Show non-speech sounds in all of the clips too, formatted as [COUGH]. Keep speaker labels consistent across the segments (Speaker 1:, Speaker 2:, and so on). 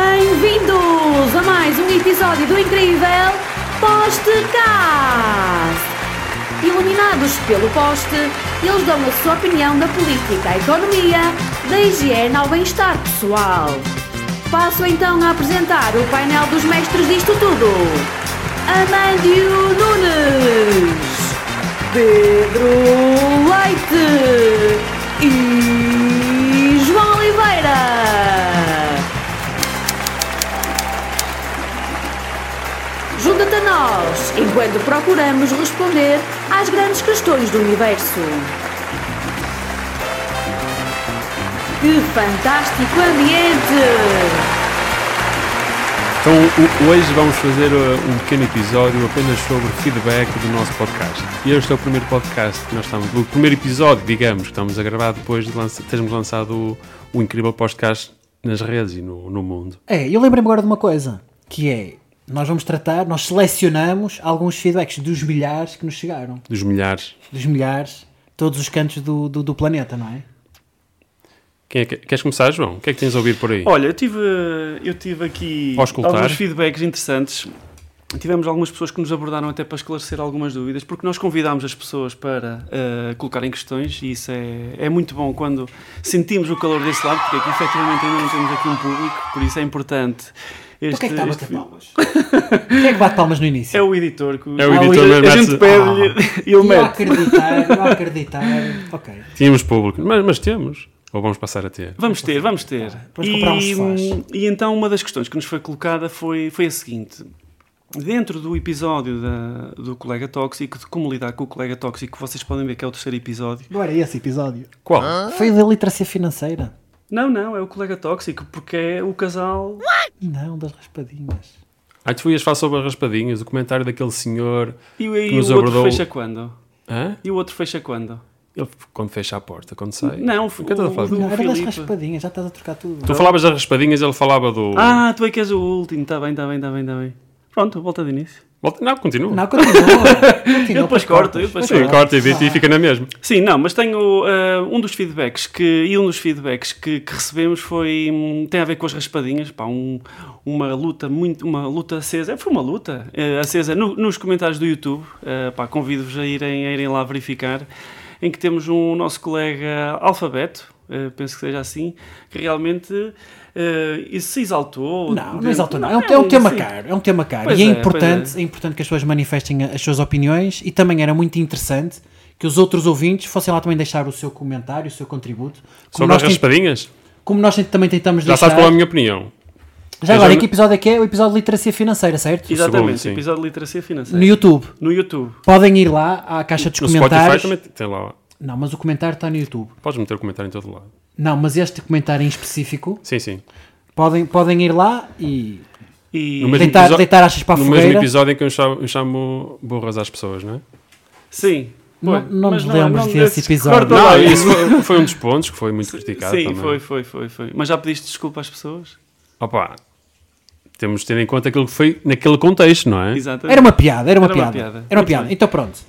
Speaker 1: Bem-vindos a mais um episódio do incrível Postcast! Iluminados pelo poste, eles dão a sua opinião da política, à economia, da higiene ao bem-estar pessoal. Passo então a apresentar o painel dos mestres disto tudo. Amândio Nunes, Pedro Leite e João Oliveira. Junta-te a nós enquanto procuramos responder às grandes questões do universo. Que fantástico ambiente!
Speaker 2: Então, o- hoje vamos fazer uh, um pequeno episódio apenas sobre feedback do nosso podcast. E este é o primeiro podcast que nós estamos, o primeiro episódio, digamos, que estamos a gravar depois de lança- termos lançado o, o incrível podcast nas redes e no, no mundo.
Speaker 3: É, eu lembrei-me agora de uma coisa, que é, nós vamos tratar, nós selecionamos alguns feedbacks dos milhares que nos chegaram,
Speaker 2: Dos milhares.
Speaker 3: dos milhares, todos os cantos do, do, do planeta, não é?
Speaker 2: Quem é que- queres começar, João? O que é que tens a ouvir por aí?
Speaker 4: Olha, eu tive, eu tive aqui
Speaker 2: Ao escutar.
Speaker 4: alguns feedbacks interessantes. Tivemos algumas pessoas que nos abordaram até para esclarecer algumas dúvidas, porque nós convidámos as pessoas para eh, colocarem questões e isso é, é muito bom quando sentimos o calor desse lado, porque aqui efetivamente ainda não temos aqui um público, por isso é importante. Este,
Speaker 3: Porquê é que está a
Speaker 4: este-
Speaker 3: bater palmas? Quem é que bate palmas no início?
Speaker 4: É o editor que
Speaker 2: É o editor
Speaker 4: a,
Speaker 2: mesmo, Ah.
Speaker 4: a gente
Speaker 2: mete-se-
Speaker 4: pede-lhe [LAUGHS] e ele
Speaker 3: Eu a
Speaker 4: mete.
Speaker 3: acreditar,
Speaker 4: [LAUGHS]
Speaker 3: eu a acreditar, ok.
Speaker 2: Tínhamos público, mas, mas temos. Ou vamos passar a ter.
Speaker 4: Vamos ter, vamos ter.
Speaker 3: Vamos comprar uns sofás.
Speaker 4: e então uma das questões que nos foi colocada foi, foi a seguinte. Dentro do episódio da- do colega tóxico, de como lidar com o colega tóxico, vocês podem ver que é o terceiro episódio.
Speaker 3: Não era esse episódio?
Speaker 2: Qual?
Speaker 3: Foi o da literacia financeira?
Speaker 4: Não, não, é o colega tóxico, porque é o casal...
Speaker 3: Não, das raspadinhas.
Speaker 2: Ah, tu ias falar sobre as raspadinhas, o comentário daquele senhor.
Speaker 4: E, e
Speaker 2: Que
Speaker 4: o
Speaker 2: nos
Speaker 4: outro
Speaker 2: abordou.
Speaker 4: fecha quando?
Speaker 2: Hã?
Speaker 4: E o outro fecha quando?
Speaker 2: Ele quando fecha a porta, quando sai.
Speaker 4: Não,
Speaker 2: o que é que estás a
Speaker 4: o-
Speaker 2: falar?
Speaker 4: o-
Speaker 3: Não, era das
Speaker 4: Filipe.
Speaker 3: raspadinhas, já estás a trocar tudo.
Speaker 2: Tu falavas das raspadinhas, ele falava do.
Speaker 4: Ah, tu é que és o último, está bem, está bem, está bem, está bem. Pronto, volta de início.
Speaker 2: Volta- Não, continua.
Speaker 3: Não,
Speaker 4: [LAUGHS]
Speaker 3: continua. continua
Speaker 4: Eu depois
Speaker 3: pois
Speaker 4: corto,
Speaker 3: cortas.
Speaker 4: eu depois
Speaker 2: Sim,
Speaker 4: corto.
Speaker 2: corta e edita e fica na mesma.
Speaker 4: Sim, não, mas tenho ah, um dos feedbacks que, e um dos feedbacks que, que recebemos foi hum, tem a ver com as raspadinhas, pá, um- uma luta muito, uma luta acesa, foi uma luta eh, acesa no- nos comentários do YouTube, eh, pá, convido-vos a irem, a irem lá verificar, em que temos um nosso colega Alfabeto, eh, penso que seja assim, que realmente eh, isso se exaltou.
Speaker 3: Não, não
Speaker 4: Dentro-
Speaker 3: exaltou nada. É um, é um
Speaker 4: sim.
Speaker 3: tema caro, é um tema caro.
Speaker 4: Pois
Speaker 3: e é,
Speaker 4: é, pois
Speaker 3: importante, é. importante que as pessoas manifestem a- as suas opiniões e também era muito interessante que os outros ouvintes fossem lá também deixar o seu comentário, o seu contributo. Como
Speaker 2: Sobre
Speaker 3: nós,
Speaker 2: as
Speaker 3: tent-
Speaker 2: raspadinhas?
Speaker 3: como nós tent- também tentamos
Speaker 2: Já
Speaker 3: deixar.
Speaker 2: sabes qual é a minha opinião.
Speaker 3: Já
Speaker 2: Eu
Speaker 3: agora,
Speaker 2: já-
Speaker 3: em que episódio é que é? O episódio de literacia financeira, certo?
Speaker 2: Segundo,
Speaker 4: Exatamente,
Speaker 2: sim.
Speaker 4: episódio de literacia financeira.
Speaker 3: No YouTube.
Speaker 4: No YouTube.
Speaker 3: Podem ir lá à caixa dos
Speaker 2: No Spotify
Speaker 3: comentários.
Speaker 2: também tem lá.
Speaker 3: Não, mas o comentário está no YouTube.
Speaker 2: Podes meter o comentário em todo lado.
Speaker 3: Não, mas este comentário em específico,
Speaker 2: Sim, sim.
Speaker 3: podem, podem ir lá e
Speaker 4: E-
Speaker 2: No mesmo
Speaker 3: Deitar-
Speaker 2: episo-
Speaker 3: deitar achas para a
Speaker 2: No mesmo
Speaker 3: fogueira.
Speaker 2: episódio em que eu chamo, eu chamo burras às pessoas, não é?
Speaker 4: Sim.
Speaker 3: Não-
Speaker 4: Pois,
Speaker 3: não
Speaker 4: mas
Speaker 3: me lembro
Speaker 4: não- é um
Speaker 3: desse episódio. é
Speaker 4: corta lá
Speaker 2: Não, isso foi, foi um dos pontos que foi muito criticado
Speaker 4: Tá Sim,
Speaker 2: também.
Speaker 4: foi, foi, foi, foi. Mas já pediste desculpa às pessoas?
Speaker 2: Opa, temos de ter em conta aquilo que foi naquele contexto, não é?
Speaker 4: Exatamente.
Speaker 3: Era uma piada, era uma,
Speaker 4: Era uma
Speaker 3: piada.
Speaker 4: piada.
Speaker 3: Era uma
Speaker 4: Muito
Speaker 3: piada.
Speaker 4: bem.
Speaker 3: Então pronto.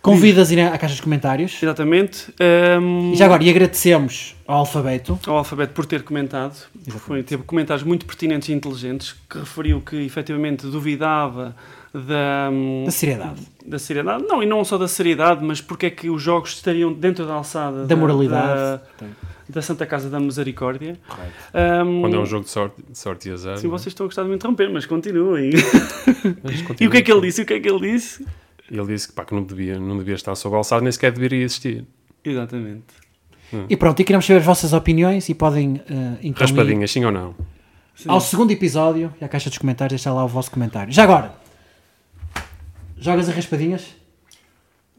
Speaker 3: Convidas a ir à à caixa dos comentários.
Speaker 4: Exatamente. Ahm,
Speaker 3: E já agora, e agradecemos ao alfabeto.
Speaker 4: Ao Alfabeto por ter comentado. Foi, teve comentários muito pertinentes e inteligentes que referiu que efetivamente duvidava da, hum,
Speaker 3: Da seriedade.
Speaker 4: da seriedade, não, e não só da seriedade, mas porque é que os jogos estariam dentro da alçada
Speaker 3: Da moralidade.
Speaker 4: da, da Santa Casa da Misericórdia. Hum,
Speaker 2: Quando é um jogo de sorte, de sorte e azar.
Speaker 4: Sim,
Speaker 2: não é?
Speaker 4: vocês estão a gostar de me interromper,
Speaker 3: [LAUGHS]
Speaker 4: mas continuem.
Speaker 2: Mas
Speaker 4: e o que
Speaker 2: continua.
Speaker 4: é que ele disse? O que é que ele disse?
Speaker 2: Ele disse que, pá, que não, devia, não devia estar sob alçado, nem sequer deveria existir.
Speaker 4: Exatamente.
Speaker 3: E pronto, e queremos saber as vossas opiniões e podem eh, então ir
Speaker 2: Raspadinhas, sim ou não?
Speaker 3: ao segundo episódio e à caixa dos comentários deixar lá o vosso comentário. Já agora, jogas a raspadinhas?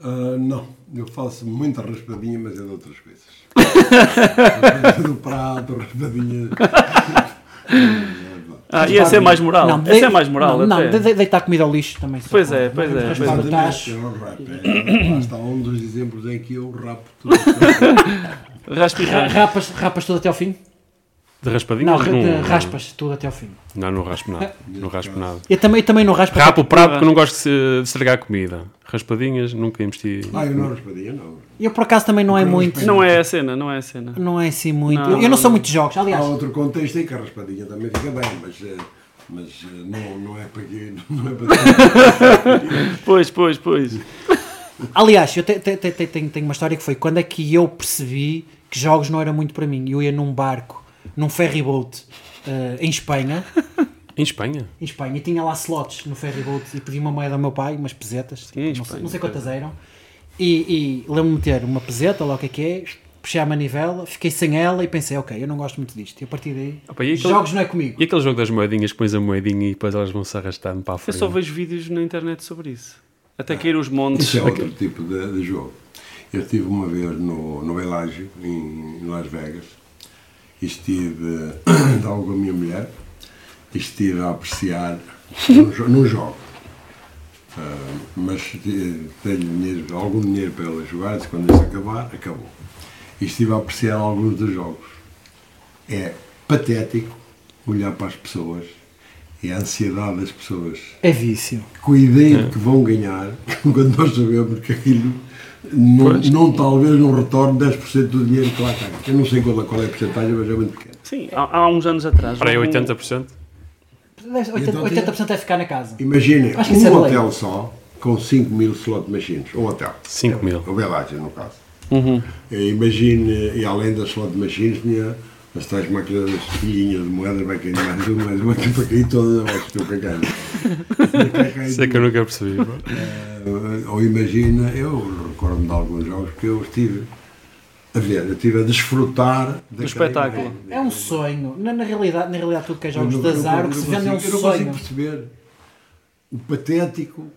Speaker 5: Ah, não, eu faço muita raspadinha, mas é de outras
Speaker 4: [LAUGHS]
Speaker 5: coisas. Raspadinha do prato, raspadinha.
Speaker 4: Ah, e essa é mais moral.
Speaker 3: de-
Speaker 4: essa é mais moral.
Speaker 3: Não, não
Speaker 4: até.
Speaker 3: de- de- deitar comida ao lixo também. só
Speaker 4: Pois
Speaker 3: pode.
Speaker 4: é, pois é, pois é.
Speaker 3: Raspar o
Speaker 5: Raspadinha
Speaker 3: tacho.
Speaker 5: é o rap. É, lá está um dos exemplos em que eu rapo tudo. Não,
Speaker 4: [LAUGHS] Raspa e
Speaker 3: Ra-
Speaker 4: raspa.
Speaker 3: Rapas, rapas tudo até ao fim?
Speaker 2: De raspadinhas?
Speaker 3: Não, ra-
Speaker 2: Não,
Speaker 3: de-
Speaker 2: não.
Speaker 3: raspas tudo até ao fim.
Speaker 2: Não, não raspo nada. Não raspo nada.
Speaker 3: Eu também, eu também não raspo.
Speaker 2: Rapo o prato porque eu não gosto de se- de estragar comida. Raspadinhas, nunca investi.
Speaker 5: Ah, eu não raspadinha, não.
Speaker 3: Eu por acaso também não é muito.
Speaker 4: Não é a cena, não é a cena.
Speaker 3: Não é assim muito.
Speaker 4: Não.
Speaker 3: eu não sou muito de jogos,
Speaker 5: Há
Speaker 3: aliás.
Speaker 5: outro contexto em que a raspadinha também fica bem, mas, eh, mas eh, não, não é para quê? [LAUGHS] Não é para
Speaker 4: Pois, pois, pois.
Speaker 3: Aliás, eu te- te- te- te- tenho, tenho uma história que foi quando é que eu percebi que jogos não era muito para mim. Eu ia num barco, num ferry boat eh, em Espanha,
Speaker 2: Em Espanha?
Speaker 3: em Espanha, e tinha lá slots no ferry boat e pedi uma moeda ao meu pai, umas pesetas,
Speaker 2: é
Speaker 3: tipo,
Speaker 4: em
Speaker 3: não, sei,
Speaker 4: Espanha,
Speaker 3: não sei quantas eram. E, e lembro-me de ter uma peseta, lá o que é que é, puxei a manivela, fiquei sem ela e pensei, ok, eu não gosto muito disto. E a partir daí,
Speaker 2: Opa, e aquele-
Speaker 3: jogos não é comigo.
Speaker 2: E aquele jogo das moedinhas que pões a moedinha e depois elas vão se arrastando para a
Speaker 4: Eu
Speaker 2: frente?
Speaker 4: só vejo vídeos na internet sobre isso. Até cair os montes.
Speaker 5: Isso é outro tipo de, de jogo. Eu estive uma vez no, no Elágio, em, em Las Vegas, e estive, [COUGHS] eh, algo com a minha mulher, e estive a apreciar num, jo- num jogo. Ah, mas eh, tenho dinheiro- algum dinheiro para ela jogar, disse, quando isso acabar, acabou. E estive a apreciar alguns dos jogos. É patético olhar para as pessoas e a ansiedade das pessoas
Speaker 3: É vício.
Speaker 5: com a ideia de que vão ganhar, [LAUGHS] quando nós sabemos que aquilo não, não- talvez não retorne 10% do dinheiro que lá está. Eu não sei qual, qual é a porcentagem, mas é muito pequeno.
Speaker 4: Sim, há, há uns anos atrás.
Speaker 2: Para aí
Speaker 4: houve um-
Speaker 2: 80%?
Speaker 3: Deve-
Speaker 5: Então,
Speaker 3: 80% é ficar na casa.
Speaker 5: Imaginem,
Speaker 3: Acho que isso é
Speaker 5: um
Speaker 3: de lei.
Speaker 5: hotel só, com 5 mil slot machines, um hotel.
Speaker 2: 5 mil.
Speaker 5: O Belagio, no caso. Eh, Imagine, e além das slot machines, tinha as tais máquinas filhinhas de moedas, vai cair mais uma, mais uma, que vai cair toda, acho que nunca cai. Nunca cai
Speaker 2: Isso é que eu
Speaker 5: duas.
Speaker 2: nunca percebi. pá.
Speaker 5: Eh, ou imagina, eu recordo-me de alguns jogos que eu estive a ver, eu estive a desfrutar do
Speaker 4: espetáculo.
Speaker 3: É um sonho. Na, na realidade, na realidade, tudo que é jogos
Speaker 5: Eu
Speaker 3: de
Speaker 5: não-
Speaker 3: azar, o
Speaker 5: eu
Speaker 3: que
Speaker 5: não
Speaker 3: se vende é um
Speaker 5: consigo- Eu não consigo
Speaker 3: sonho.
Speaker 5: perceber o patético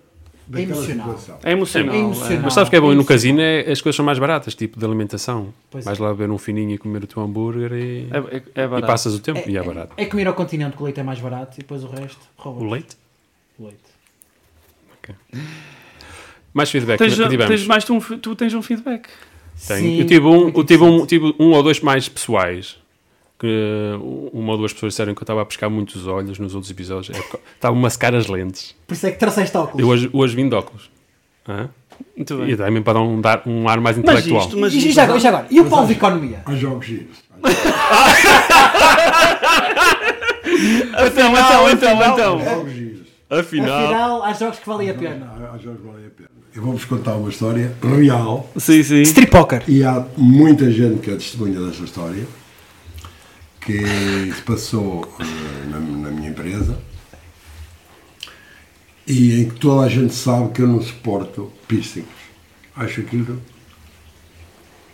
Speaker 5: daquela
Speaker 3: emocional.
Speaker 5: situação.
Speaker 4: É emocional.
Speaker 3: É emocional.
Speaker 2: Mas sabes o que é bom? E no casino é, as coisas são mais baratas, tipo de alimentação.
Speaker 3: Pois é.
Speaker 2: Vais lá beber um fininho e comer o teu hambúrguer e,
Speaker 4: É, é, é
Speaker 2: e
Speaker 4: barato.
Speaker 2: passas o tempo
Speaker 3: É,
Speaker 2: e é barato.
Speaker 3: é comer ao continente que o leite é mais barato e depois o resto
Speaker 2: O
Speaker 3: rouba
Speaker 2: leite?
Speaker 3: o leite.
Speaker 2: Mais feedback
Speaker 4: Tens,
Speaker 2: que tivemos.
Speaker 4: tens mais tu, um, fi- tu tens um feedback.
Speaker 2: Tenho.
Speaker 3: Sim,
Speaker 2: eu tive um,
Speaker 3: muito
Speaker 2: eu tive um,
Speaker 3: interessante.
Speaker 2: tive um ou dois mais pessoais. Que uma ou duas pessoas disseram que eu estava a pescar muito os olhos nos outros episódios. É porque estava a mascar as lentes.
Speaker 3: Por isso é que trouxeste óculos.
Speaker 2: Eu hoje, hoje vim de óculos. Hã?
Speaker 4: Muito
Speaker 2: E
Speaker 4: bem.
Speaker 2: dá mesmo para dar um, dar um ar mais
Speaker 4: Mas
Speaker 2: intelectual.
Speaker 4: isto, mas
Speaker 3: E, já agora, e já agora? E o Paulo de Economia?
Speaker 5: Há jogos giros.
Speaker 2: Então, então, então,
Speaker 5: Há jogos giros.
Speaker 2: Afinal.
Speaker 3: Afinal, há jogos que valem a pena.
Speaker 5: Há, há jogos que valem a pena. Eu vou-vos contar uma história real
Speaker 4: Sim, sim.
Speaker 3: Street Poker.
Speaker 5: e há muita gente que é testemunha desta história que se passou eh, na, na minha empresa e em que toda a gente sabe que eu não suporto piercings. Acho aquilo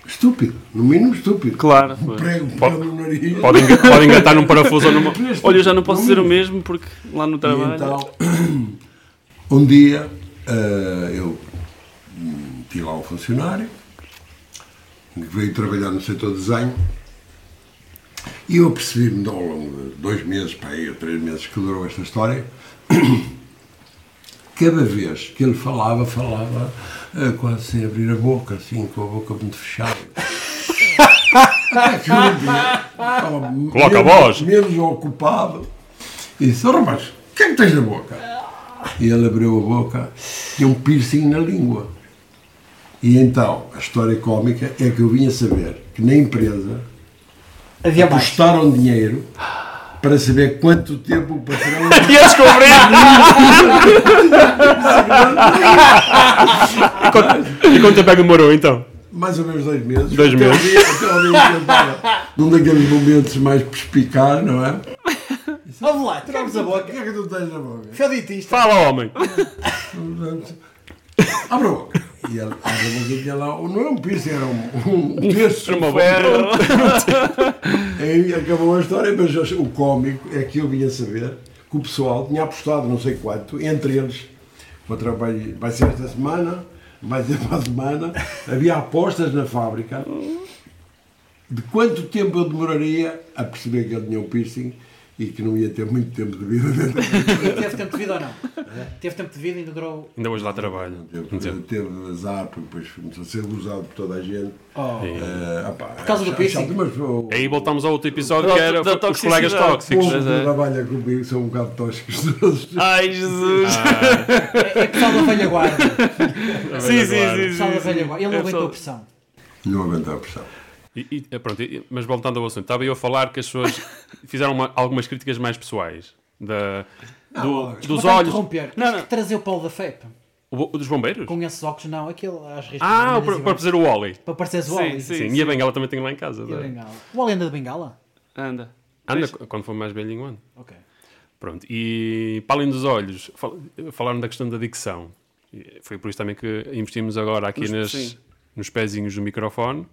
Speaker 5: estúpido, no mínimo estúpido.
Speaker 4: Claro.
Speaker 5: Um prego
Speaker 2: Pode-
Speaker 5: no nariz. [LAUGHS] é
Speaker 2: Podem pode engatar num parafuso ou numa.
Speaker 4: Olha, eu já não posso
Speaker 5: No
Speaker 4: dizer o
Speaker 5: mínimo.
Speaker 4: mesmo porque lá no trabalho.
Speaker 5: E então, [CLEARS THROAT] um dia eh, eu hum, tive lá um funcionário que veio trabalhar no setor de desenho e eu percebi-me ao longo de dois meses, para aí, ou três meses que durou esta história, [COUGHS] cada vez que ele falava, falava eh, quase sem abrir a boca, assim, com a boca
Speaker 2: [LAUGHS]
Speaker 5: muito fechada.
Speaker 2: Coloca a
Speaker 5: Menos-
Speaker 2: voz.
Speaker 5: Menos ocupado. E disse, oh, rapaz, o que é que tens na boca? E ele abriu a boca, tinha um piercing na língua. E então, a história cómica é que eu vinha saber que na empresa
Speaker 3: Havia mais.
Speaker 5: apostaram dinheiro para saber quanto tempo o patrão
Speaker 4: E
Speaker 2: [LAUGHS]
Speaker 4: eu descobri!
Speaker 2: E quanto, e quanto tempo é que demorou então?
Speaker 5: mais ou menos dois meses.
Speaker 2: Dois
Speaker 5: Até
Speaker 2: meses.
Speaker 5: ali- até ali eu tentava, num daqueles momentos mais perspicaz, não é?
Speaker 3: Vamos lá, tiramos a
Speaker 5: O que é que tu tens na boca?
Speaker 3: Faditista.
Speaker 2: Fala, homem!
Speaker 5: Portanto, abre a boca. E ele abre a boca e tinha lá, não era um piercing, era um, um terço.
Speaker 2: Uma boa.
Speaker 5: Aí acabou a história, mas o cómico é que eu vinha saber que o pessoal tinha apostado não sei quanto, entre eles, o patrão vai, vai ser esta semana, vai ser [LAUGHS] para a semana, havia apostas na fábrica de quanto tempo eu demoraria a perceber que ele tinha um piercing e que não ia ter muito tempo de vida.
Speaker 3: E teve tempo de vida ou não?
Speaker 5: É.
Speaker 3: Teve tempo de vida e ainda durou.
Speaker 2: Ainda hoje lá trabalho.
Speaker 5: Teve, teve azar, porque depois começou a ser usado por toda a gente.
Speaker 3: Oh.
Speaker 5: Eh, opá,
Speaker 3: Por causa do
Speaker 5: é
Speaker 3: piercing?
Speaker 5: chato, mas o-
Speaker 2: Aí voltamos ao outro episódio
Speaker 4: Da-
Speaker 2: que era
Speaker 4: da
Speaker 2: os colegas
Speaker 4: toxicidade.
Speaker 5: o
Speaker 2: tóxicos.
Speaker 5: povo
Speaker 4: mas
Speaker 5: que
Speaker 4: é.
Speaker 5: trabalha comigo são um bocado tóxicos todos.
Speaker 4: Ai Jesus!
Speaker 3: É, é pessoal da velha guarda.
Speaker 4: sim, sim, sim,
Speaker 3: Pessoal da
Speaker 4: sim,
Speaker 3: velha
Speaker 4: sim.
Speaker 3: guarda. Ele
Speaker 4: É
Speaker 3: não aguentou a
Speaker 4: pessoal-
Speaker 3: pressão.
Speaker 5: Não aguenta a pressão.
Speaker 2: E- e- pronto, e- mas voltando ao assunto, estava eu a falar que as pessoas
Speaker 4: [LAUGHS]
Speaker 2: fizeram uma- algumas críticas mais pessoais da, do- dos
Speaker 3: Vou-te
Speaker 2: olhos.
Speaker 3: interromper.
Speaker 2: Não,
Speaker 3: Não,
Speaker 2: não.
Speaker 3: Trazer o Paulo da Fepe.
Speaker 2: O, o dos bombeiros?
Speaker 3: Com esses óculos, não. Aquele às riscas.
Speaker 2: Ah, para,
Speaker 3: vermelhas e
Speaker 2: para
Speaker 3: brancas.
Speaker 2: fazer o Wally.
Speaker 3: Para pareceres o
Speaker 4: Sim,
Speaker 3: Wally.
Speaker 4: sim.
Speaker 2: Sim, e a bengala também tenho lá em casa.
Speaker 3: E a
Speaker 2: da-
Speaker 3: bengala. O Wally anda de bengala?
Speaker 4: Anda.
Speaker 2: Anda, quando for mais velhinho, anda.
Speaker 3: Ok.
Speaker 2: Pronto, e para além dos olhos, fal- falaram da questão da dicção. E Foi por isso também que investimos agora aqui
Speaker 4: Nos-
Speaker 2: nas- nos,
Speaker 4: sim.
Speaker 2: pezinhos do microfone.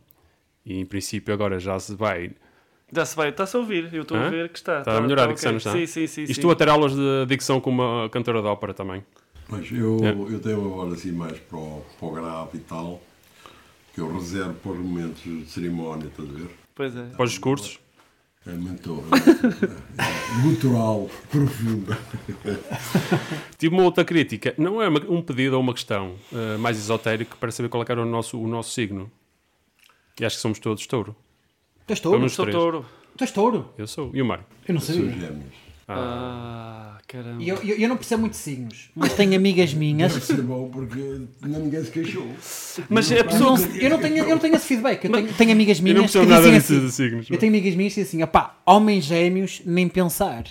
Speaker 2: E em princípio agora já se vai.
Speaker 4: Já se vai, está-se a ouvir, eu estou
Speaker 2: Hã?
Speaker 4: a ver que está.
Speaker 2: Está a melhorar a dicção,
Speaker 4: Ah, tá, ok.
Speaker 2: não está?
Speaker 4: Sim, sim, sim.
Speaker 2: E
Speaker 4: sim.
Speaker 2: estou a ter aulas de dicção com uma cantora de ópera também.
Speaker 5: Mas eu,
Speaker 2: É.
Speaker 5: eu tenho agora assim mais para o, para o grave e tal, que eu reservo para os momentos de cerimónia, estás a ver?
Speaker 4: Pois é.
Speaker 2: Após os cursos,
Speaker 5: É muito é gutural, profunda.
Speaker 2: tive uma outra crítica. Não é uma- um pedido ou uma questão eh, mais esotérico para saber qual é que era o nosso, o nosso signo. E acho que somos todos touro.
Speaker 3: Tu és touro?
Speaker 2: Vamos-
Speaker 4: Sou
Speaker 2: três.
Speaker 4: touro.
Speaker 3: Tu és touro?
Speaker 2: Eu sou. E o Mário?
Speaker 3: Eu não
Speaker 5: São
Speaker 3: sabia.
Speaker 5: gêmeos.
Speaker 4: Ah, caramba.
Speaker 3: E eu, eu, eu não percebo muito de signos, mas tenho amigas minhas.
Speaker 5: Deve ser bom porque ainda ninguém se queixou.
Speaker 4: Mas a
Speaker 3: Eu
Speaker 4: pessoa
Speaker 3: não,
Speaker 4: que
Speaker 3: eu não tenho, eu não tenho esse feedback. Eu tenho, tenho amigas
Speaker 2: não
Speaker 3: minhas que
Speaker 2: percebo nada
Speaker 3: dizem
Speaker 2: disso
Speaker 3: assim.
Speaker 2: de signos.
Speaker 3: Eu tenho amigas minhas que dizem assim: opá, homens gêmeos, nem pensar.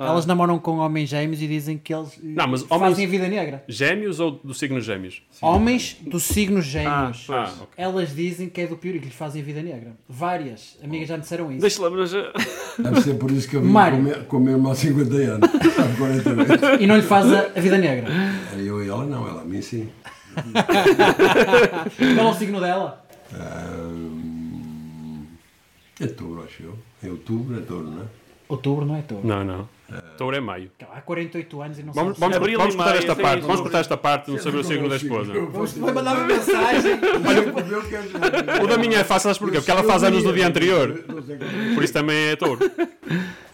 Speaker 4: Ah.
Speaker 3: Elas namoram com homens gêmeos e dizem que eles eh,
Speaker 2: Não, mas
Speaker 3: fazem
Speaker 2: homens-
Speaker 3: a vida negra.
Speaker 2: Gêmeos ou do signo gêmeos?
Speaker 3: Homens do signo gêmeos.
Speaker 2: Ah, ok.
Speaker 3: Elas dizem que é do pior e que lhes fazem a vida negra. Várias amigas já me disseram isso.
Speaker 4: Deixa lá, mas. uh,
Speaker 5: Deve ser por isso que eu vim
Speaker 3: Mário.
Speaker 5: comer, comer-me há 50 anos. Há 40 anos. É,
Speaker 3: E não lhe faz a, a vida negra.
Speaker 5: Eu e ela não, ela a mim sim.
Speaker 3: Qual é o signo dela?
Speaker 5: Ahm, é touro, acho eu. É outubro, é touro, não é?
Speaker 3: Outubro não é touro.
Speaker 2: Não, não. Touro é maio.
Speaker 3: Há 48 anos e não
Speaker 2: Vamos,
Speaker 3: sabe.
Speaker 2: vamos,
Speaker 4: Abril
Speaker 2: vamos
Speaker 4: e
Speaker 2: cortar
Speaker 4: maio,
Speaker 2: esta
Speaker 4: sim,
Speaker 2: parte, vamos
Speaker 4: outubro.
Speaker 2: cortar esta parte não saber o signo da esposa.
Speaker 3: Vai mandar uma mensagem.
Speaker 2: O da minha é fácil, sabes porquê? Porque ela faz anos no dia anterior.
Speaker 5: Não sei qual
Speaker 2: Por isso também é touro.
Speaker 5: é.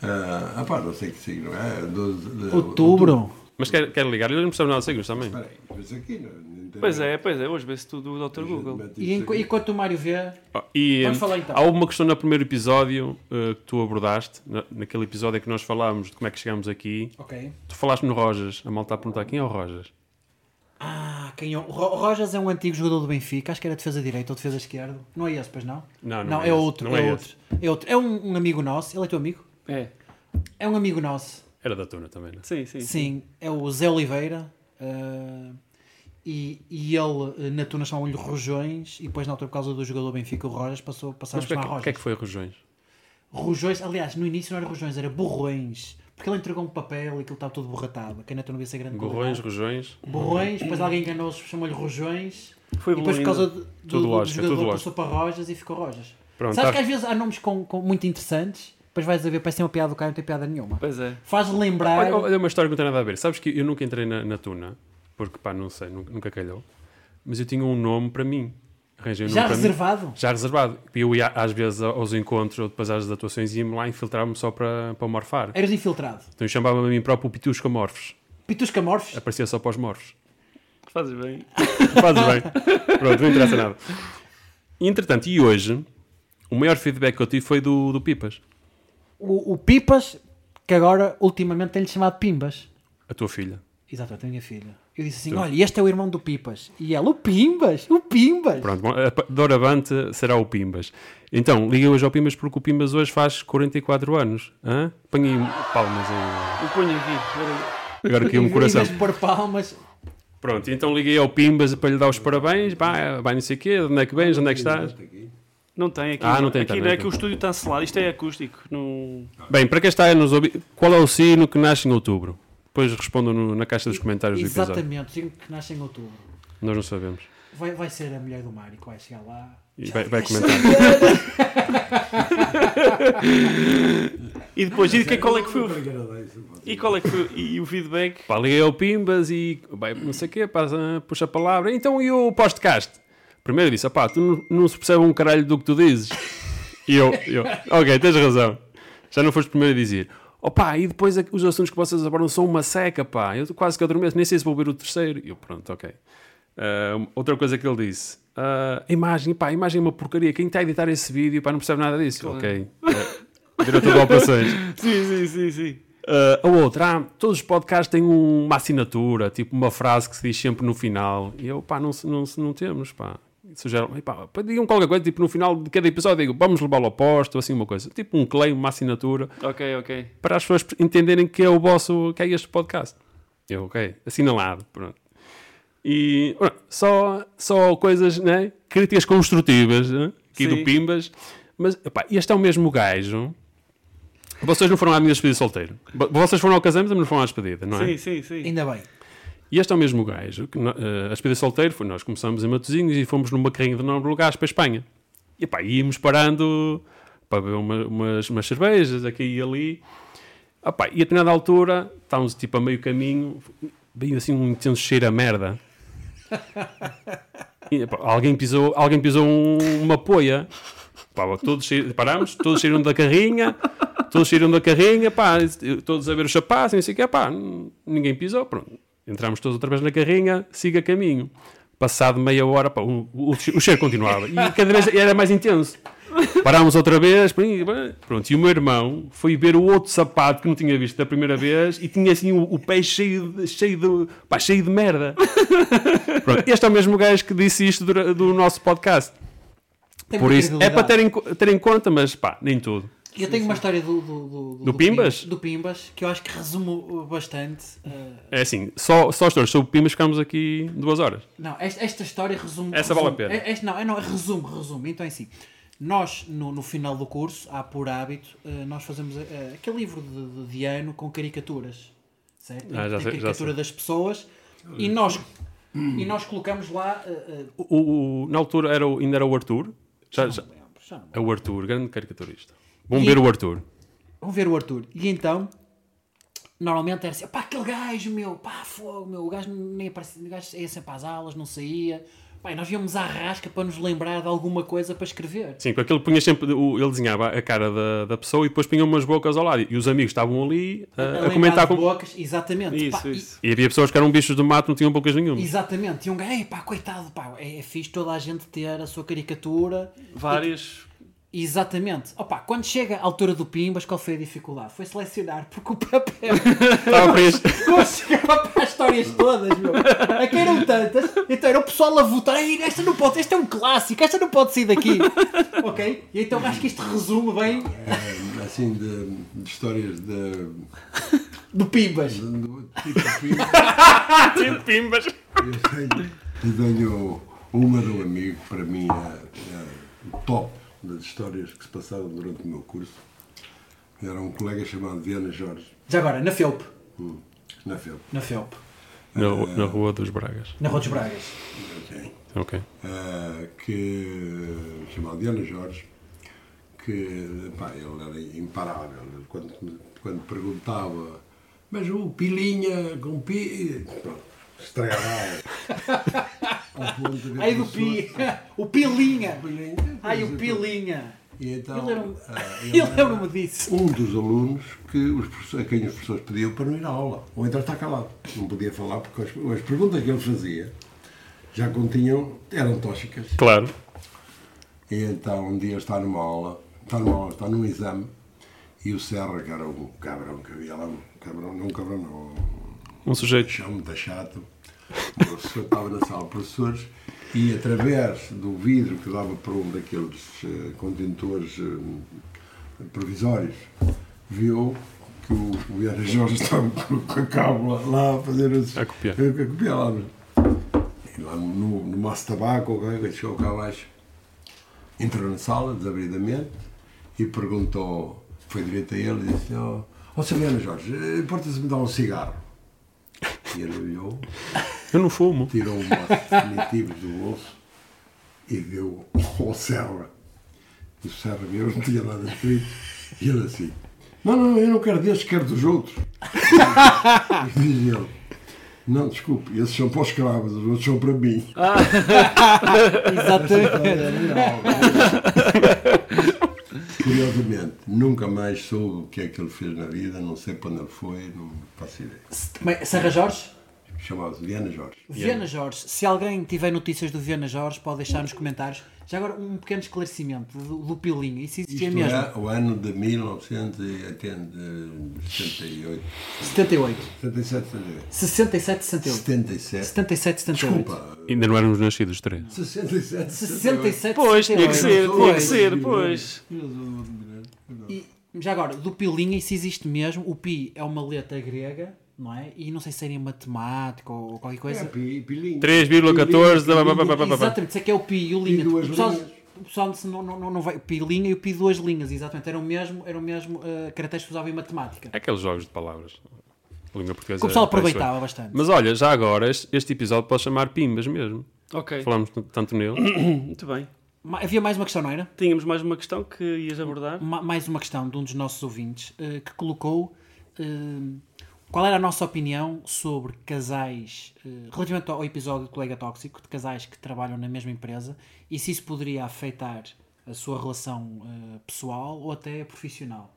Speaker 5: Ah, pá, não sei que signo é. 12
Speaker 3: [LAUGHS]
Speaker 5: de-
Speaker 3: Outubro.
Speaker 2: Mas quero, quero ligar, eu não percebo nada de signos também.
Speaker 5: Espera aí, mas aqui não- não tem-
Speaker 4: Pois é, pois é, hoje vê-se tudo o Dr. Google.
Speaker 5: Mete
Speaker 3: E
Speaker 5: isto
Speaker 3: enqu-
Speaker 5: aqui.
Speaker 3: enquanto o Mário vê,
Speaker 2: Ah, E
Speaker 3: Vamos falar então.
Speaker 2: há uma questão no primeiro episódio eh, que tu abordaste, na- naquele episódio em que nós falámos de como é que chegámos aqui.
Speaker 3: ok.
Speaker 2: Tu falaste no Rojas, a malta está a perguntar quem é o Rojas.
Speaker 3: Ah, quem é? O Ro- Rojas é um antigo jogador do Benfica, acho que era defesa direita ou defesa esquerda. Não é esse, pois não?
Speaker 2: Não, não é
Speaker 3: é,
Speaker 2: esse.
Speaker 3: outro,
Speaker 2: Não
Speaker 3: é,
Speaker 2: é esse.
Speaker 3: outro. É outro. É um, um amigo nosso, ele é teu amigo?
Speaker 4: É.
Speaker 3: É um amigo nosso.
Speaker 2: Era da Tuna também, não é?
Speaker 4: Sim, sim.
Speaker 3: Sim, é o Zé Oliveira. ah, e, e ele eh, na tuna chamam-lhe Rojões e depois na altura por causa do jogador do Benfica o Rojas passou, passou a
Speaker 2: Mas porquê
Speaker 3: chamar
Speaker 2: que,
Speaker 3: Rojas.
Speaker 2: porquê que foi Rojões?
Speaker 3: Rojões, aliás, no início não era Rojões, era Borrões, porque ele entregou um papel e aquilo estava tudo borratado, quem na tuna não via ser grande
Speaker 2: Gorrões,
Speaker 3: qualidade.
Speaker 2: Rojões.
Speaker 3: Borrões, depois alguém enganou-se, chamou-lhe Rojões.
Speaker 4: Foi
Speaker 3: e depois, por
Speaker 4: evoluindo.
Speaker 3: causa do, do,
Speaker 2: Tudo
Speaker 3: do
Speaker 2: lógico, é
Speaker 3: jogador,
Speaker 2: tudo
Speaker 3: passou para Rojas e ficou Rojas.
Speaker 2: Pronto,
Speaker 3: Sabes
Speaker 2: tá-
Speaker 3: que às vezes há nomes com, com- muito interessantes, depois vais a ver, parece ter uma piada do cara, não tem piada nenhuma.
Speaker 4: Pois é.
Speaker 3: Faz lembrar.
Speaker 2: Olha, olha uma história que não tem nada a ver. Sabes que eu nunca entrei na, na Tuna, porque pá, não sei, nunca, nunca calhou. Mas eu tinha um nome para mim. Arranjei um
Speaker 3: já
Speaker 2: nome para mim.
Speaker 3: reservado?
Speaker 2: Já reservado. E eu ia às vezes aos encontros ou depois às atuações ia-me lá infiltrar-me só para, para morfar.
Speaker 3: Eras infiltrado.
Speaker 2: Então eu chamava-me a mim próprio o Pitusco Morfos.
Speaker 3: Pitusca Morfes?
Speaker 2: Aparecia só para os morfos.
Speaker 4: Fazes bem.
Speaker 2: Fazes bem. Pronto, não interessa nada. E, Entretanto, e hoje, o maior feedback que eu tive foi do, do Pipas,
Speaker 3: O, o Pipas, que agora ultimamente tem-lhe chamado Pimbas.
Speaker 2: a tua filha.
Speaker 3: Exatamente, a minha filha. Eu disse
Speaker 2: Então.
Speaker 3: assim: olha, este é o irmão do Pipas. E ela, o Pimbas, o Pimbas.
Speaker 2: Pronto, bom, a pa- doravante será o Pimbas. Então, liga hoje ao Pimbas porque o Pimbas hoje faz 44 anos. Hã? Põe aí palmas aí.
Speaker 4: O punho aqui. Era-
Speaker 2: Agora aqui
Speaker 3: Em
Speaker 2: um coração.
Speaker 3: vez de pôr palmas,
Speaker 2: Pronto, então liguei ao Pimbas para lhe dar os parabéns. Pá, vai não sei o quê, onde é que vens, onde é que estás?
Speaker 4: Não tem aqui.
Speaker 2: Ah, não tem
Speaker 4: aqui,
Speaker 2: também,
Speaker 4: é que
Speaker 2: não.
Speaker 4: o estúdio está selado. Isto é acústico. Não...
Speaker 2: Bem, para quem está a nos ouvir, qual é o sino que nasce em outubro? Depois respondam no- na caixa dos comentários do episódio.
Speaker 3: exatamente, digo que nasce em outubro.
Speaker 2: Nós não sabemos.
Speaker 3: Vai, vai ser a mulher do Mário que vai chegar lá.
Speaker 2: E vai, vai comentar.
Speaker 4: E depois, e, de que, qual é que foi o...
Speaker 5: o.
Speaker 4: e qual é que foi e o feedback?
Speaker 2: Pá, liguei ao Pimbas e bem, não sei o quê, passa, puxa a palavra. Então e o podcast? Primeiro disse, pá, tu não, não se percebe um caralho do que tu dizes. E eu, eu, ok, tens razão. Já não foste o primeiro a dizer. Opá, e depois a- os assuntos que vocês abordam são uma seca, pá. Eu quase que adormeço, nem sei se vou ver o terceiro. E eu, pronto, ok. Ah, outra coisa que ele disse. ah, a imagem, pá, a imagem é uma porcaria. Quem está a editar esse vídeo, pá, não percebe nada disso. Ok. Ah, diretor de operações.
Speaker 4: Sim, sim, sim, sim.
Speaker 2: Uh, a outra, ah, todos os podcasts têm um- uma assinatura, tipo uma frase que se diz sempre no final. E eu, pá, não, se- não, se- não temos, pá. Sugeram, "Ei, um, pá, pá, digam qualquer coisa, tipo no final de cada episódio, digo, vamos levá-lo ao posto, assim uma coisa. Tipo um claim, uma assinatura,
Speaker 4: Ok, ok.
Speaker 2: para as pessoas entenderem que é o vosso, que é este podcast. Eu, ok, assinalado, pronto. E ora, só, só coisas, né? Críticas construtivas, né? aqui
Speaker 4: Sim.
Speaker 2: do Pimbas. Mas, epá, este é o mesmo gajo. Vocês não foram à minha despedida de solteiro. Bo- Vocês foram ao casamento, mas não foram à despedida, não é?
Speaker 4: Sim, sim, sim.
Speaker 3: Ainda bem.
Speaker 2: E este é o mesmo gajo. Que, no- eh, a despedida de solteiro foi nós começamos em Matosinhos e fomos numa carrinha de nome lugares para a Espanha. E pá, íamos parando para beber uma- umas, umas cervejas aqui e ali. Ah, pá, e a determinada altura, estávamos tipo a meio caminho, veio assim um intenso cheiro a merda. E, pá, alguém pisou, alguém pisou um- uma poia. Pá, todos saí- parámos, todos saíram da carrinha, todos saíram da carrinha, pá, todos a ver o chapaz, e não sei o que, pá, n- ninguém pisou, pronto. Entramos todos outra vez na carrinha, siga caminho. Passado meia hora, pá, o, o, o cheiro continuava e cada vez era mais intenso. Parámos outra vez, prim- pronto, e o meu irmão foi ver o outro sapato que não tinha visto da primeira vez e tinha assim o, o pé cheio de, cheio, de, pá, cheio de merda. Pronto, este é o mesmo gajo que disse isto dura- do nosso podcast.
Speaker 3: Tem
Speaker 2: Por
Speaker 3: muita
Speaker 2: isso, é
Speaker 3: credibilidade.
Speaker 2: para ter em, co- ter em conta, mas pá, nem tudo.
Speaker 3: Eu tenho uma história do, do, do,
Speaker 2: Do Pimbas?
Speaker 3: Do Pimbas, que eu acho que resumo uh, bastante. uh,
Speaker 2: É assim, só, só os dois sobre Pimas ficamos aqui duas horas.
Speaker 3: não, esta, esta história resume.
Speaker 2: Essa
Speaker 3: resume-
Speaker 2: vale a pena.
Speaker 3: é- Esta, não, é- não, é resumo, resumo. Então é assim. Nós, no, no final do curso, há por hábito, uh, nós fazemos uh, aquele livro de, de- de ano com caricaturas. Certo?
Speaker 2: Ah, já
Speaker 3: Tem
Speaker 2: sei, já
Speaker 3: caricatura
Speaker 2: sei.
Speaker 3: das pessoas e nós, e nós colocamos lá. uh, uh,
Speaker 2: O- o- o- na altura era o- ainda era o Arthur. Já, já-
Speaker 3: já não me
Speaker 2: é o Arthur, grande caricaturista.
Speaker 3: E-
Speaker 2: Vamos ver o Arthur.
Speaker 3: Vão ver o Arthur. E então, normalmente era assim, pá, aquele gajo, meu, pá, fogo, meu, o gajo nem aparecia, o gajo ia sempre às aulas, não saía. Pá, e nós íamos à rasca para nos lembrar de alguma coisa para escrever.
Speaker 2: Sim, com aquele punha sempre. o- ele desenhava a cara da, da pessoa e depois punha umas bocas ao lado. E os amigos estavam ali eh, a- a,
Speaker 3: lembrar
Speaker 2: comentar
Speaker 3: de
Speaker 2: com.
Speaker 3: bocas, exatamente.
Speaker 4: Isso,
Speaker 3: Pá, e-
Speaker 4: isso.
Speaker 2: E havia pessoas que eram bichos do mato, não tinham bocas nenhuma.
Speaker 3: Exatamente, e um gajo, "Ei, pá, coitado, pá, é, é fixe toda a gente ter a sua caricatura.
Speaker 4: Várias.
Speaker 3: Exatamente. Opa, quando chega a altura do Pimbas, qual foi a dificuldade? Foi selecionar, porque o
Speaker 2: [LAUGHS]
Speaker 3: papel
Speaker 2: Estava
Speaker 3: [LAUGHS]
Speaker 2: preso.
Speaker 3: Não chegava para as histórias todas, meu. É que eram tantas. Então era o pessoal a votar. Ei, esta não pode, esta é um clássico, esta não pode
Speaker 2: [LAUGHS]
Speaker 3: sair daqui. ok? E então acho que isto resume bem
Speaker 5: Assim, de, de histórias de.
Speaker 3: do Pimbas.
Speaker 5: de- do tipo filme.
Speaker 2: Pimbas.
Speaker 5: Eu tenho, eu tenho uma do amigo, para mim, é, é o top das histórias que se passaram durante o meu curso. Era um colega chamado Diana Jorge,
Speaker 3: Já agora, na Felp.
Speaker 5: hum, na FEP.
Speaker 3: Na Felp.
Speaker 2: Na, na Rua dos Bragas.
Speaker 3: Na Rua dos Bragas.
Speaker 5: é?
Speaker 2: Ok.
Speaker 5: eh, que chamado Diana Jorge, que pá, ele era imparável. Ele, Quando, me- quando perguntava, mas o Pilinha com Pi. Pronto, estragava.
Speaker 3: [LAUGHS]
Speaker 5: Ao ponto de
Speaker 3: Ai do
Speaker 5: pessoas-
Speaker 3: Pi. [LAUGHS] O Pilinha.
Speaker 5: Pilinha,
Speaker 3: Ai o
Speaker 5: coisa,
Speaker 3: Pilinha. um-
Speaker 5: E então,
Speaker 3: Eu lembro-
Speaker 5: ah, ele
Speaker 3: Eu
Speaker 5: era-
Speaker 3: lembro-me disso.
Speaker 5: um dos alunos que os professores- a quem os professores pediam para não ir à aula, ou então está calado. Não podia falar porque as, as perguntas que ele fazia já continham, eram tóxicas.
Speaker 2: Claro.
Speaker 5: E então um dia está numa aula, está numa aula, está num exame, e o Serra, que era um cabrão que havia lá, um cabrão, não um cabrão, não, um
Speaker 2: Um sujeito.
Speaker 5: chão muito chato, O professor estava na sala de professores e através do vidro que dava para um daqueles eh, contentores eh, provisórios, viu que o, o Vera Jorge estava [LAUGHS] com com a cábula lá a fazer os,
Speaker 2: A copiar.
Speaker 5: a, a copiar lá, no- e lá no, no, no maço de tabaco, ou qualquer coisa, chegou cá abaixo, entrou na sala desabridamente e perguntou, foi direito a ele e disse, ó oh, Sabiana Jorge, eh, importa-se me dar um cigarro? E ele olhou
Speaker 2: Eu não fumo.
Speaker 5: tirou o maço definitivo do bolso e deu ao Serra. O Serra viu, não tinha nada escrito. E ele assim, não, não, eu não quero desses, quero dos outros. E diz ele, não, desculpe, esses são para os escravos, os outros são para mim. Curiosamente, nunca mais soube o que é que ele fez na vida, não sei para onde ele foi, não faço ideia.
Speaker 3: Também, Serra Jorge?
Speaker 5: Chamava-se Diana Jorge.
Speaker 3: Viana Jorge, se alguém tiver notícias do Viana Jorge, pode deixar nos comentários. Já agora um pequeno esclarecimento do, do Pilinho, isso existia
Speaker 5: Isto
Speaker 3: mesmo.
Speaker 5: é o ano de 1978,
Speaker 3: 78,
Speaker 5: 77, 78.
Speaker 3: 67, 68.
Speaker 5: 77.
Speaker 3: 77, 78.
Speaker 5: Desculpa.
Speaker 2: Ainda não éramos nascidos os três.
Speaker 5: 67.
Speaker 3: 67,
Speaker 4: Pois, tinha
Speaker 3: 68.
Speaker 4: que ser, tinha que
Speaker 3: Pois.
Speaker 4: ser, pois.
Speaker 3: E, já agora, do pilinha, isso existe mesmo. O pi é uma letra grega, não é? E não sei se seria matemática ou qualquer coisa.
Speaker 5: É, pi- pilinho.
Speaker 2: 3,14. blá, blá, blá, blá, blá, blá.
Speaker 3: Exatamente, isso é que é o pi e o linha.
Speaker 5: Pi duas
Speaker 3: o pessoal,
Speaker 5: linhas.
Speaker 3: o pessoal se não, não, não, não vai. O pi linha e o pi duas linhas, exatamente. Eram mesmo, eram mesmo ah, caracteres que usavam em matemática.
Speaker 2: Aqueles jogos de palavras. A língua portuguesa.
Speaker 3: Que o pessoal
Speaker 2: é traiçoeira.
Speaker 3: aproveitava bastante.
Speaker 2: Mas olha, já agora, este, este episódio pode chamar Pimbas mesmo.
Speaker 4: Ok,
Speaker 2: Falamos t- tanto nele. [COUGHS]
Speaker 4: muito bem.
Speaker 3: Ma- Havia mais uma questão, não era?
Speaker 4: Tínhamos mais uma questão que ias abordar.
Speaker 3: Ma- mais uma questão de um dos nossos ouvintes eh, que colocou eh, qual era a nossa opinião sobre casais, eh, relativamente ao episódio do colega tóxico, de casais que trabalham na mesma empresa e se isso poderia afetar a sua relação eh, pessoal ou até profissional.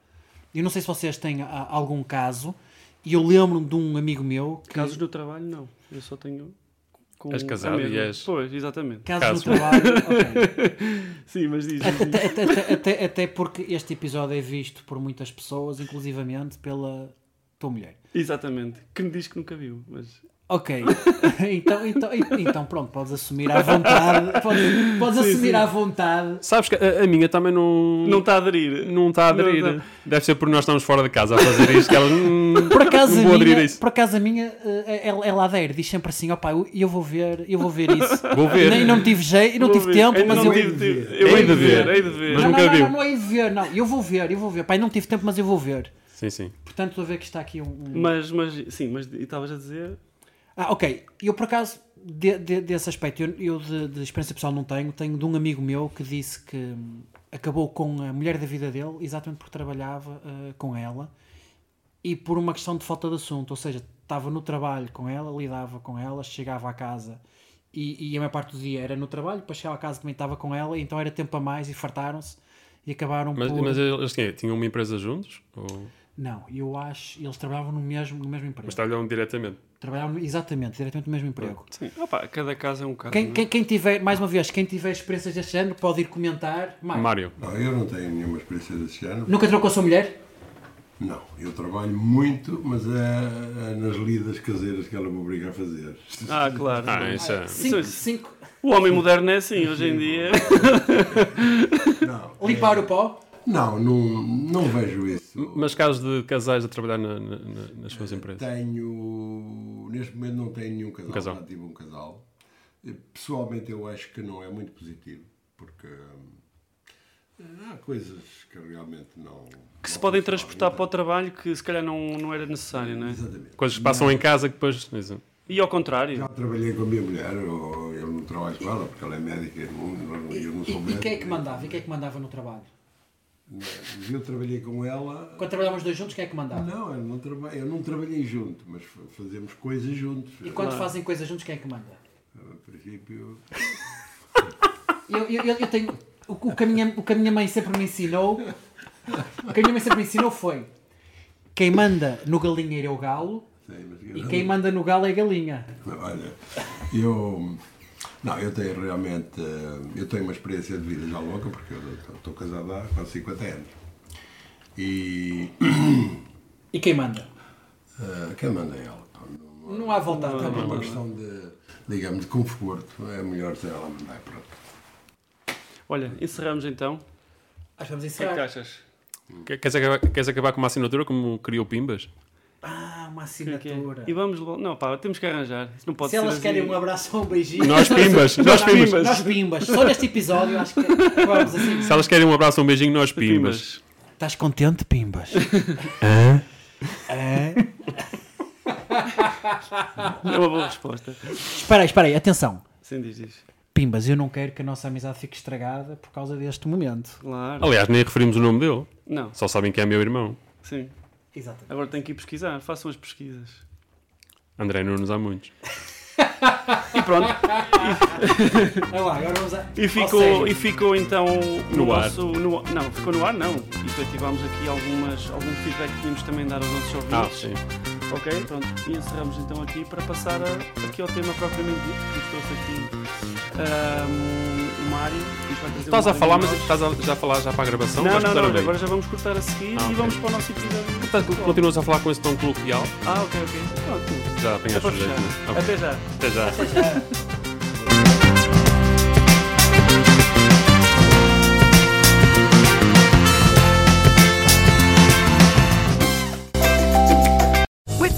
Speaker 3: Eu não sei se vocês têm a- algum caso, e eu lembro-me de um amigo meu que.
Speaker 4: Casos no trabalho, não. Eu só tenho. Com
Speaker 2: Hum. És
Speaker 4: a
Speaker 2: casado e
Speaker 4: mesma.
Speaker 2: és-
Speaker 4: Pois, exatamente.
Speaker 3: Casos no
Speaker 2: caso.
Speaker 3: trabalho. ok.
Speaker 4: Sim, mas diz.
Speaker 3: [LAUGHS] Até, até- até- até- até porque este episódio é visto por muitas pessoas, inclusivamente pela tua mulher.
Speaker 4: exatamente. Que me diz que nunca viu, mas.
Speaker 3: Ok, [LAUGHS] então, então, então pronto, podes assumir à vontade. Podes, podes assumir à vontade.
Speaker 2: Sabes que a, a minha também não.
Speaker 4: Não está a aderir.
Speaker 2: Não está a aderir.
Speaker 4: Não tá.
Speaker 2: Deve ser porque nós estamos fora de casa a fazer isto. Que elas, hum,
Speaker 3: [LAUGHS] Por acaso,
Speaker 2: não
Speaker 3: a
Speaker 2: vou aderir a
Speaker 3: minha,
Speaker 2: isso.
Speaker 3: por acaso a minha, eh, ela, ela adere, diz sempre assim: opá, eu, eu vou ver, eu vou ver isso.
Speaker 2: Vou ver.
Speaker 3: Nem, não tive jeito, não
Speaker 4: Vou
Speaker 3: tive
Speaker 4: ver.
Speaker 3: tempo,
Speaker 4: Ainda
Speaker 3: mas
Speaker 4: não
Speaker 3: eu.
Speaker 4: tive tempo. Eu
Speaker 2: Hei
Speaker 4: hei de
Speaker 2: de
Speaker 4: ver,
Speaker 2: ver.
Speaker 4: hei de ver.
Speaker 2: Mas
Speaker 3: não,
Speaker 2: nunca
Speaker 3: não,
Speaker 2: viu.
Speaker 3: não, não é de ver, não, eu vou ver, eu vou ver. Pai, não tive tempo, mas eu vou ver.
Speaker 2: Sim, sim.
Speaker 3: Portanto, estou a ver que está aqui um- um,
Speaker 4: Mas, mas, sim, mas e estavas a dizer.
Speaker 3: Ah, ok. Eu, por acaso, de- de- desse aspecto, eu, eu de, de experiência pessoal não tenho. Tenho de um amigo meu que disse que hum, acabou com a mulher da vida dele exatamente porque trabalhava ah, com ela e por uma questão de falta de assunto. Ou seja, estava no trabalho com ela, lidava com ela, chegava à casa e, e a maior parte do dia era no trabalho, depois chegava à casa também estava com ela, e então era tempo a mais e fartaram-se e acabaram
Speaker 2: Mas,
Speaker 3: por...
Speaker 2: mas eles tinham, tinham uma empresa juntos? Ou...
Speaker 3: Não, eu acho... Eles trabalhavam no mesmo, no mesmo emprego.
Speaker 2: Mas tá- trabalhavam diretamente.
Speaker 3: Trabalhavam exatamente, diretamente no mesmo emprego.
Speaker 4: Sim, opá, cada caso é um caso.
Speaker 3: Quem,
Speaker 4: não é?
Speaker 3: quem- quem tiver, mais uma vez, quem tiver experiências deste género pode ir comentar. Mário,
Speaker 2: Mário.
Speaker 5: Não, eu não tenho nenhuma experiência desse género.
Speaker 3: Nunca trocou a sua mulher?
Speaker 5: Não, eu trabalho muito, mas é, é nas lidas caseiras que ela me obriga a fazer.
Speaker 4: Ah, claro.
Speaker 2: Ah, isso é.
Speaker 3: Cinco,
Speaker 4: Sim.
Speaker 3: cinco.
Speaker 4: O homem moderno é assim, hoje em dia.
Speaker 5: Não,
Speaker 3: Limpar o pó?
Speaker 5: não, não, não vejo isso.
Speaker 2: Mas casos de casais a trabalhar na- na- na- nas suas empresas?
Speaker 5: Tenho, neste momento não tenho nenhum casal,
Speaker 2: casal.
Speaker 5: já tive um casal. Eh, Pessoalmente eu acho que não é muito positivo, porque hum, há coisas que realmente não...
Speaker 4: Que se podem transportar para o trabalho que se calhar não, não era necessário, não é?
Speaker 5: Exatamente.
Speaker 2: Coisas que passam em casa que depois. Exato.
Speaker 4: E ao
Speaker 5: Já
Speaker 4: contrário.
Speaker 5: trabalhei com a minha mulher, eu, eu não trabalho com ela porque ela é médica, eu não, eu não
Speaker 3: E,
Speaker 5: sou né?
Speaker 3: e
Speaker 5: médico.
Speaker 3: quem é que mandava? E quem é que mandava no trabalho?
Speaker 5: Mas Eu trabalhei com ela.
Speaker 3: Quando trabalhávamos dois juntos, quem é que mandava?
Speaker 5: Não, eu não, traba... eu não trabalhei junto, mas fa- fazemos coisas juntos.
Speaker 3: E quando fazem coisas juntos, quem é que manda?
Speaker 5: A princípio.
Speaker 3: Eu, eu, eu- eu tenho. O, o que a minha, o que a minha mãe sempre me ensinou. O que a minha mãe sempre me ensinou foi: quem manda no galinheiro é o galo
Speaker 5: Sei, mas...
Speaker 3: e quem manda no galo é a galinha.
Speaker 5: Olha, eu. Não, eu tenho realmente. eh, Eu tenho uma experiência de vida já louca, porque eu estou- estou casado há quase 50 anos. E.
Speaker 3: E quem manda?
Speaker 5: eh, quem manda é ela? pá, não-
Speaker 3: Não há volta
Speaker 5: É
Speaker 3: atrás.
Speaker 5: uma questão de, digamos, de conforto. É melhor ser ela mandar para
Speaker 4: Olha, encerramos então.
Speaker 3: Acho que vamos
Speaker 4: O que é que tu
Speaker 3: encerrar.
Speaker 4: achas?
Speaker 2: Que- Queres acabar, queres acabar com uma assinatura como criou Pimbas?
Speaker 3: Ah, uma
Speaker 4: O que é que é?
Speaker 3: assinatura.
Speaker 4: E vamos. lo- Não, pá, temos que arranjar. Isso não pode
Speaker 3: Se
Speaker 4: ser.
Speaker 3: elas
Speaker 4: assim.
Speaker 3: querem um abraço ou um beijinho.
Speaker 2: Nós Pimbas, nós Pimbas.
Speaker 3: Nós pimbas. Só neste episódio acho que acabamos assim.
Speaker 2: Se elas querem um abraço, um beijinho, nós Pimbas.
Speaker 4: Pimbas.
Speaker 3: Estás contente, Pimbas?
Speaker 4: É [LAUGHS] uma boa resposta.
Speaker 3: espera aí, espera aí, atenção.
Speaker 4: Sim, diz, diz.
Speaker 3: Pimbas, eu não quero que a nossa amizade fique estragada por causa deste momento.
Speaker 4: Claro.
Speaker 2: Aliás, nem referimos o nome dele.
Speaker 4: Não,
Speaker 2: Só sabem que é meu irmão.
Speaker 4: sim.
Speaker 3: Exatamente.
Speaker 4: Agora tenho que ir pesquisar. Façam as pesquisas.
Speaker 2: André Nunes há muitos.
Speaker 4: E pronto.
Speaker 3: Olha lá, agora vamos a...
Speaker 4: E
Speaker 3: Ou seja,
Speaker 4: ficou, e ficou então no,
Speaker 2: No ar.
Speaker 4: nosso. no- não, ficou no ar, não. Efetivámos aqui algumas, algum feedback que tínhamos também de dar aos nossos
Speaker 2: Ah,
Speaker 4: ouvintes.
Speaker 2: sim.
Speaker 4: Ok, pronto. E encerramos então aqui para passar a- aqui ao tema propriamente dito, que nos trouxe aqui ahm, o Mário. que nos vai trazer
Speaker 2: Estás
Speaker 4: um
Speaker 2: a falar, mas
Speaker 4: tema de nós.
Speaker 2: estás a, já a falar já para a gravação?
Speaker 4: Não,
Speaker 2: Vais
Speaker 4: não,
Speaker 2: cortar
Speaker 4: não,
Speaker 2: a meio?
Speaker 4: agora já vamos cortar a seguir
Speaker 2: Ah,
Speaker 4: e
Speaker 2: ok.
Speaker 4: vamos para o nosso episódio.
Speaker 2: Portanto, continuas a falar com esse tom coloquial? Ah,
Speaker 4: Ah, ok, ok. Pronto.
Speaker 2: Já
Speaker 4: É
Speaker 2: apanhaste
Speaker 4: para
Speaker 2: o jeito,
Speaker 4: fechar.
Speaker 2: né? Ok.
Speaker 4: Até já.
Speaker 2: Até já.
Speaker 1: With